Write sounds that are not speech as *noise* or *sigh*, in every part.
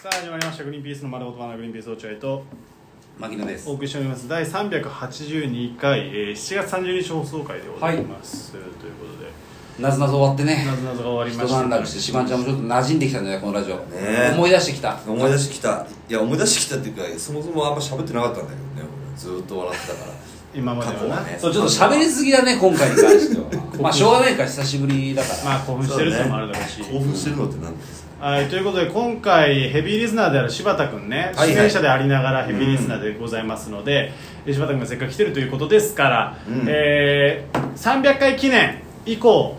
さあ始まりました「グリーンピースの丸ごと学グリーンピース落合」と牧野ですお送りしております第382回、えー7月30日放送回でございます、ということでなずなず終わってねなぞなぞが終わりま一した段落してしばんちゃんもちょっと馴染んできたんじゃないこのラジオ、え思い出してきた思い出してきたいや思い出してきたっていうかそもそもあんま喋ってなかったんだけどね俺ずーっと笑ってたから今まで過去ははねねそうちょっと喋りすぎだね今回に関してはまあしょうがないから久しぶりだから、まあ興奮してるってのもあるだろうし興奮してるのって何ですかはい、ということで今回ヘビーリスナーである柴田君ね、はいはい出演者でありながらヘビーリスナーでございますので、え柴田君がせっかく来てるということですから、うんえー300回記念以降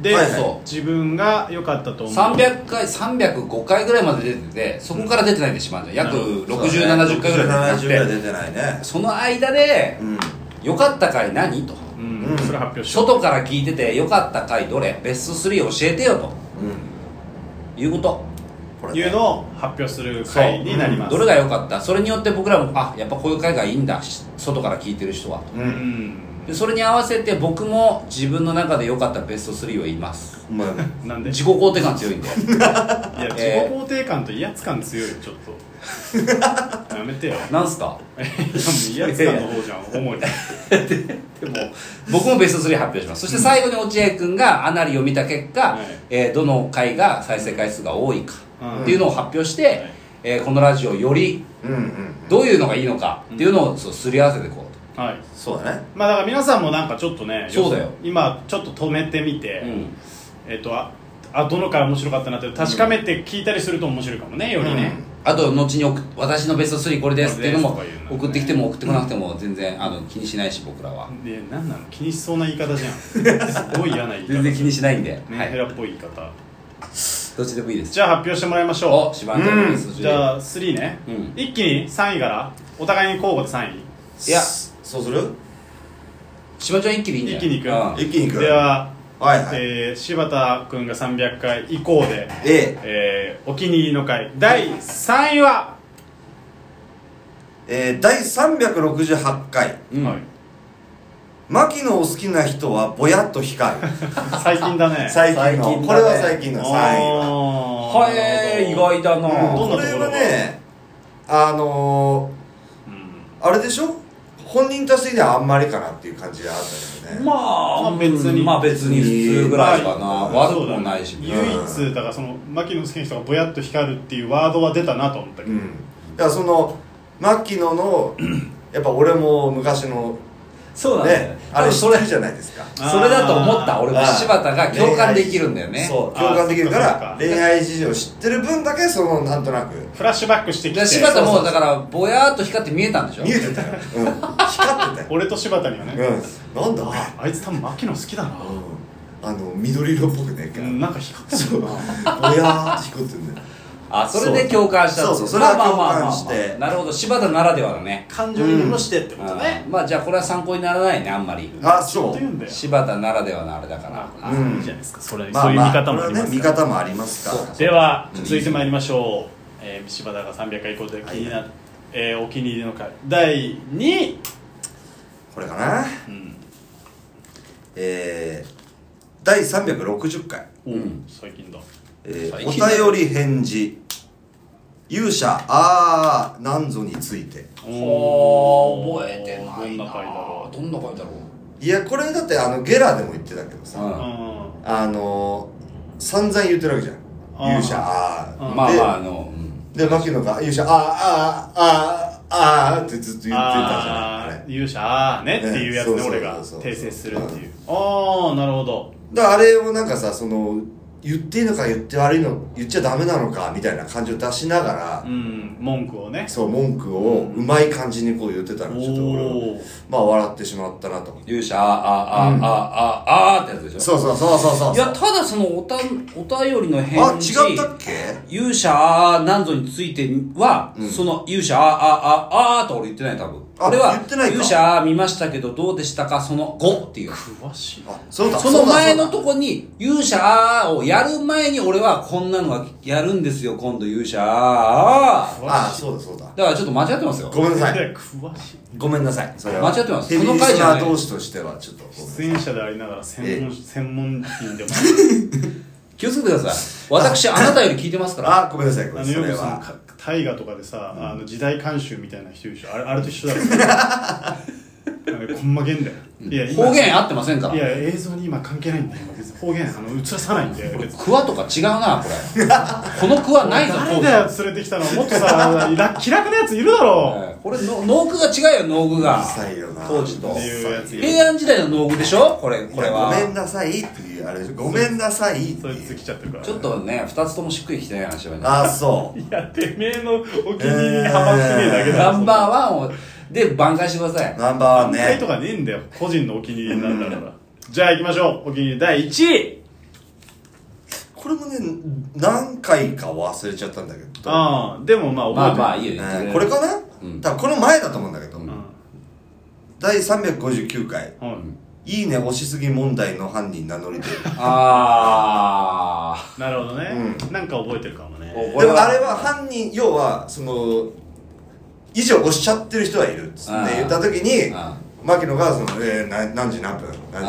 で、はいはい自分が良かったと思う300回305回ぐらいまで出ててそこから出てないんでしまんじゃん約6070回ぐらい70出ぐらいて出てないねその間でうん「良かった回何?」とうんうんそれ発表「しよう外から聞いてて良かった回どれベスト3教えてよ」とうんいうことこれいうねのを発表する回になります、どれが良かったそれによって僕らもあやっぱこういう回がいいんだし外から聞いてる人はとううんんでそれに合わせて僕も自分の中で良かったベスト3を言いますお前ねなんでい自己肯定感強い *laughs* んでや自己えー肯定感と威圧感強いよちょっとやめ *laughs* てよなんすかいやもう威圧感の方じゃん主にでも僕もベスト3発表しますそして最後に落合君がアナリを見た結果、はいえーどの回が再生回数が多いかうんっていうのを発表して、はいえーこのラジオよりうんうんどういうのがいいのかっていうのをそうすり合わせていこうはいそうだねまあだから皆さんもなんかちょっとねそうだよ今ちょっと止めてみて、と、うんえっ、とああどの回面白かったなって確かめて聞いたりすると面白いかもねよりね、あと後に送っ私のベスト3これですっていうのもこれですとかいうのね送ってきても送ってこなくても全然あの気にしないし僕らはで何なの気にしそうな言い方じゃ *laughs* んすごい嫌な言い方全然気にししないんで、メンはヘラい、っぽい言い方、どっちでもいいですじゃあ発表してもらいましょお柴原のベスうト3じゃあ3ね、うん一気に3位からお互いに交互で3位いやそうするしばちゃん一気にいいんじゃない一気にいくうん一気にいくでは、はいはいえー柴田君が300回以降で、 A えーお気に入りの回第3位は、えー第368回うんはい牧野を好きな人はぼやっと光る *laughs* 最近だね最近最近だのねこれは最近の3位はははえ意外だどんな、なところこがれはねあのうんーあれでしょ本人たち的にはあんまりかなっていう感じであったけどねままああ別にまあ別に普通ぐらいかな、はい悪くもないし、そううんだね唯一だからその牧野選手とかぼやっと光るっていうワードは出たなと思ったけど、うんだからその牧野のやっぱ俺も昔のそうなんだよねねあれ知ってるじゃないですかあーそれだと思った俺もあー柴田が共感できるんだよねそうあー共感できるかそっから恋愛事情を知ってる分だけそのなんとなくフラッシュバックしてきでて柴田そうもそうだからぼやーっと光って見えたんでしょ見えてたよ、うん、光って俺と柴田にはね、たよ、うん、なんだああいつ多分牧野好きだな、うんあの緑色っぽくねうんなんか光ってそうぼやーっと光ってんだよあそれで共感したそうそうそれは共感してまあまあまあまあなるほど柴田ならではだね感情に戻してってことあねー、まあじゃあこれは参考にならないねあんまりあちょそっとう言うんだよ柴田ならではのあれだからああうんいいじゃないですかそれ、まあそういう見まあ方もありますから、これはね見方もありますからそうでは続いてまいりましょう、えー、柴田が300回以降で気にな、えーお気に入りの回第2位、これかなうんえー、第360回、ん最近だえー最近だお便り返事勇者ああなんぞについてほー覚えてないなどんな回だろうどんな回だろいやこれだってあのゲラでも言ってたけどさ、うんうあのー、散々言ってるわけじゃんあー勇者あうあまあでまああのうんで牧野が勇者ああああああってずっと言ってたじゃんああれあ勇者ああねっていうやつうんねそうそう俺がそうそう訂正するっていうああなるほどだからあれをなんかさその言っていいのか言って悪いの言っちゃダメなのかみたいな感じを出しながらう、ん文句をねそう文句をうまい感じにこう言ってたおのちょっと俺はおーまあ笑ってしまったなと勇者あああ、うんああああってやつでしょそうそうそうそうそういやただそのおたお便りの返あ事違ったっけ勇者あーなんぞについては、その勇者あーあーあーあーと俺言ってない多分あ俺は言ってないか勇者あー見ましたけどどうでしたかその後っていう詳しいあそうだその前のそうだとこに勇者あーをやる前に俺はこんなのがやるんですよ今度勇者あーあそうだあそうだそうだーだからちょっと間違ってますよごめんなさいで *laughs* 詳しいごめんなさいそれは間違ってますヘビこのーリ回スじゃナないー同士としてはちょっとごめんなさい出演者でありながら専門専門人でも気をつけてください私あなたより聞いてますからあごめんなさ *laughs* いごめあんのなさいよそれくそのはか大河とかでさ、あの時代監修みたいな人いるでしょあれあれと一緒だ *laughs* ろあれこんまげんだよいや今方言合ってませんからいや映像に今関係ないんだよ今別に方言あの映さないんだよ別にクワとか違うなこ *laughs* れこのクワないぞ誰だよ連れてきたのもっとさら気楽なやついるだろえーこれの農具が違うよ農具がうるさいよな当時とっていうやついる平安時代の農具でしょこれこれはごめんなさいっていうあれでしょごめんなさいってそいいつう来ちゃってるからちょっとね2つともしっくりきてない話はねあそういやてめえのお気に入りにハマってねえだけだナンバーーワンをで挽回してくださいナンバーワン何回ねとかねえんだよ個人のお気に入りなんだからじゃあ行きましょうお気に入り第1位これもね何回か忘れちゃったんだけどああでもまあ覚えまあてるまあいいよえ言ってくれーるこれかな、多分この前だと思うんだけど、う第359回んはい「いいね押しすぎ問題の犯人名乗り *laughs* 出る」ああなるほどね、なんか覚えてるかもねおでもあれは犯人要はその以上押しちゃってる人はいるっつっあーて言った時にあ牧野がその、えーな何時何分あ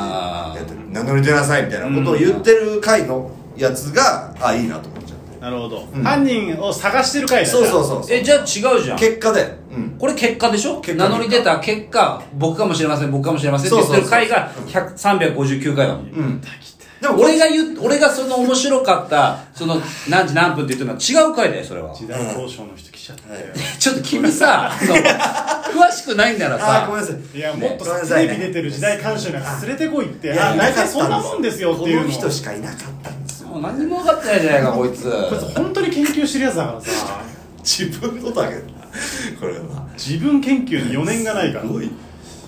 ー何時やってる名乗り出なさいみたいなことを言ってる回のやつがあいいなと思っちゃってなるほど、うん犯人を探してる回だそうそううそうそうえじゃあ違うじゃん結果で、うん、これ結果でしょ結名果乗り出た結果僕かもしれません僕かもしれませんって言ってる回が100 359回だもんうんたきたでも俺が言う俺がその面白かったその何時何分って言ってるのは違う回だよそれは時代交渉の人来ちゃったよ、ちょっと君さその詳しくないんならあーごさめんなさいいやもっとごめんなささテいレねビ出てる時代監修なんか連れてこいっていやあい大なかった体んそんなもんですよっていうのこの人しかいなかったんですよもう何にも分かってないじゃないかこいつこいつ本当に研究してるやつだからさ自分のだけどこれは自分研究に余念がないからすごい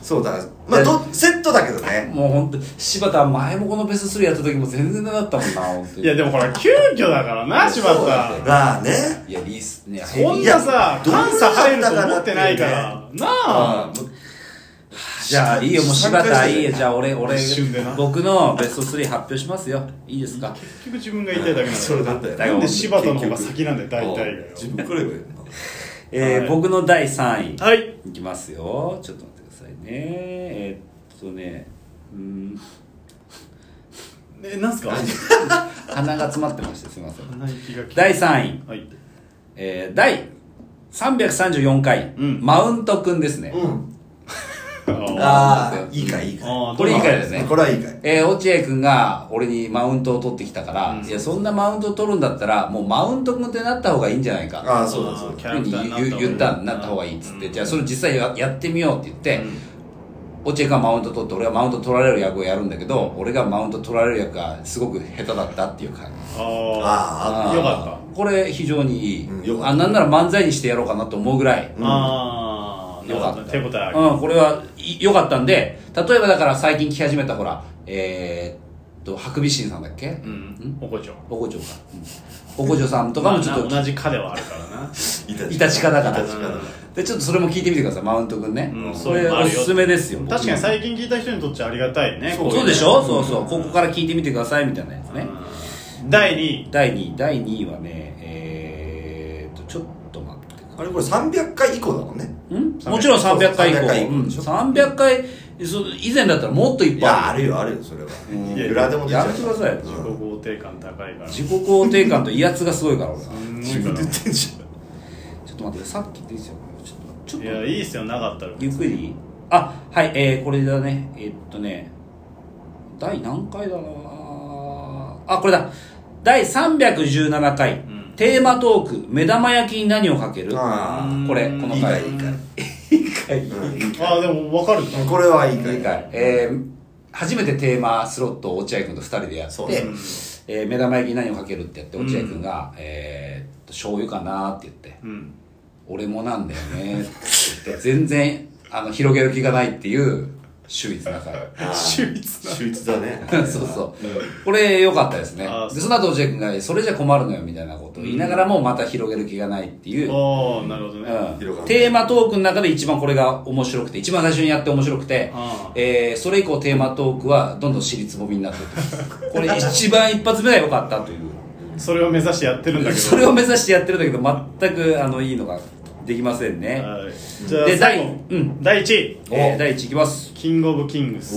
そうだからまあどセットだけどねもう本当柴田は前もこのベスト3やった時も全然ダメだったもんな本当にいやでもほら急遽だからな柴そうだ田よまあねいやリースねこんいなやさどう監査入ると思ってないかだらなあじゃあいいよもう柴田いいよじゃあ俺俺一瞬でな僕のベスト3発表しますよいいですか結局自分が言いたいだけなんだよそれだったよなんで柴田の方が先なんだよ大体がよ自分から言えばいいえーはい僕の第3位、はいい、きますよちょっと待ってくださいねえーっとねうーんえなんすか *laughs* 鼻が詰まってましてすいません鼻息が切れ第3位、はいえー、第334回、うんマウントくんですね、のうんああーあいいかいいかあーこれいい回ですねこれはいいかいえー、落合君が俺にマウントを取ってきたから、うんいやそんなマウントを取るんだったらもうマウント君ってなった方がいいんじゃないかああそうだそうキだャふラクうにターにな言う言っ方たがいいなった方がいいっつって、うんじゃあそれ実際ややってみようって言って、うん落合君はマウント取って俺はマウント取られる役をやるんだけど俺がマウント取られる役がすごく下手だったっていう感じああーよかったこれ非常にいい、うんよかったあなんなら漫才にしてやろうかなと思うぐらいーあーよかった手応えあるうん、これはい良かったんで例えばだから最近聞き始めたほらえー、っとハクビシンさんだっけ、うんおこちょおこちょうか、うん、おこちょうさんとかもちょまっあとな同じ課ではあるからなあいたちかだからいたちかだでちょっとそれも聞いてみてくださいマウント君ね、うんそそういうれのもあおるよすすめですよ確かに最近聞いた人にとっちゃありがたいねこいそうでしょ、そうそうここから聞いてみてくださいみたいなやつね、うん第2位第2位第2位はねえー、っとちょっと待ってあれこれ300回以降だもんねんもちろん300回以降300回以降うん、300回そう以前だったらもっといっぱいいやああるよあるよそれはんいくらでも出ちゃやめてくださいよ自己肯定感高いからる自己肯定感と威圧がすごいから俺はすごいからてんじゃちょっと待ってさっき言っていいですよちょっとちょっいとやいいっすよなかったらゆっくりでいいあはいえー、これだねえっとね第何回だろうなあこれだ第317回、んテーマトーク「目玉焼きに何をかける?」あうんこれこのいいか回いいかい回うんいいかあーでも分かるじゃんいこれはいいかい前回、えー初めてテーマスロットを落合君と2人でやってそうで、えー目玉焼きに何をかけるってやってうん落合君が「えーっと醤油かな」って言ってうん「俺もなんだよね」って言って全然あの広げる気がないっていう秀逸な回あー秀逸秀逸だね *laughs* そうそうこれ良かったですねあーそうでその後落合君が「それじゃ困るのよ」みたいなことを言いながらもまた広げる気がないっていう、ああなるほどねうん広がるテーマトークの中で一番これが面白くて一番最初にやって面白くてああ、えーそれ以降テーマトークはどんどん尻つぼみになっていってますこれ一番一発目が良かったというそれを目指してやってるんだけどそれを目指してやってるんだけど全くあのいいのができませんね、はいじゃあで最後第うん第1位えー第1位いきます、キングオブキングス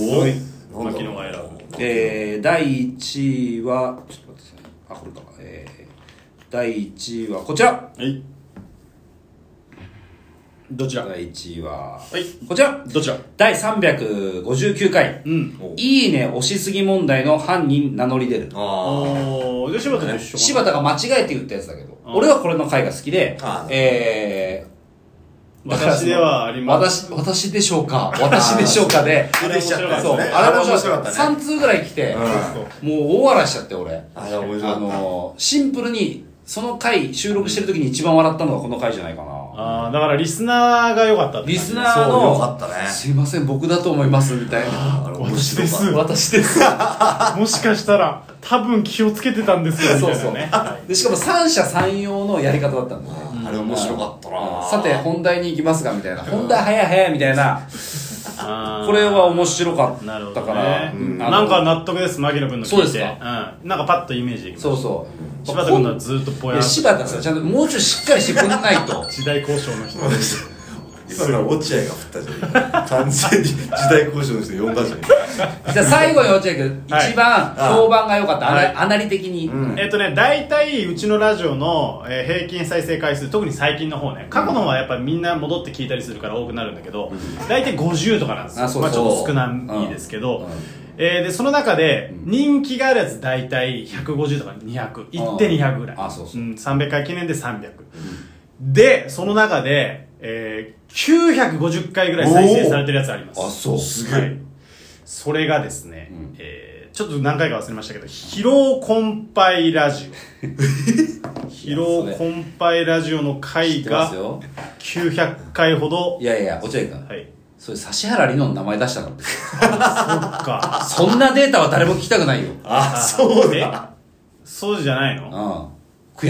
おお牧野が選ぶえー第1位はちょっと待ってくださいあこれかえー、第1位はこちらはいどちらはい第1位はこちらどちら第359回、うんおいいね押しすぎ問題の犯人名乗り出るああああで柴田と一緒柴田田が間違えて言ったやつだけどあー俺はこれの回が好きであーえー、私ではありませ私私でしょうか私でしょうかであれ出てきちゃったやつそうねあれ面あれ面白白かかっったた3ね通ぐらい来て、うんもう大笑いしちゃって俺あれ面白かあった、のーシンプルにその回収録してる時に一番笑ったのがこの回じゃないかなああだからリスナーが良かったって感じリスナーそうのよかったねすいません僕だと思います」みたいなあれ面私で白かっすた私ですもしかしたら多分気をつけてたんですよみそたういそなうねでしかも三者三様のやり方だったんだねあれ面白かったなさて本題に行きますがみたいな本題早い早いみたいな *laughs* ここれは面白かっなるほたど、からねあうん、のなんか納得です牧野君の聞いてそうですか、うん、なんかパッとイメージできますそうそう柴田君のはずっとぽいややん柴田さちゃんともうちょいしっかりしてくんないと *laughs* 時代交渉の人今のは落合が振ったじゃん完全に時代交渉の人呼んだじゃんじゃあ最後に落ちるけど、はい一番評判が良かった、はいアナアナリ的に、えっとね大体うちのラジオの、えー平均再生回数特に最近の方ね過去の方はやっぱみんな戻って聞いたりするから多くなるんだけど、大体50とかなんですよあそうそうまあ、ちょっと少ないですけど、うんうんえーでその中で人気があるやつ大体150とか200行って200ぐらい、あそうそうん300回記念で300、でその中で、えー950回ぐらい再生されてるやつありますあそうすげえ、はい、それがですね、えーちょっと何回か忘れましたけど「疲労困憊ラジオ」 *laughs* 疲労困憊ラジオの知回ってますがよ900回ほどいやいや落合君 *laughs* はいそれ指原莉乃の名前出したのそっかそんなデータは誰も聞きたくないよあそうだえそうじゃないのう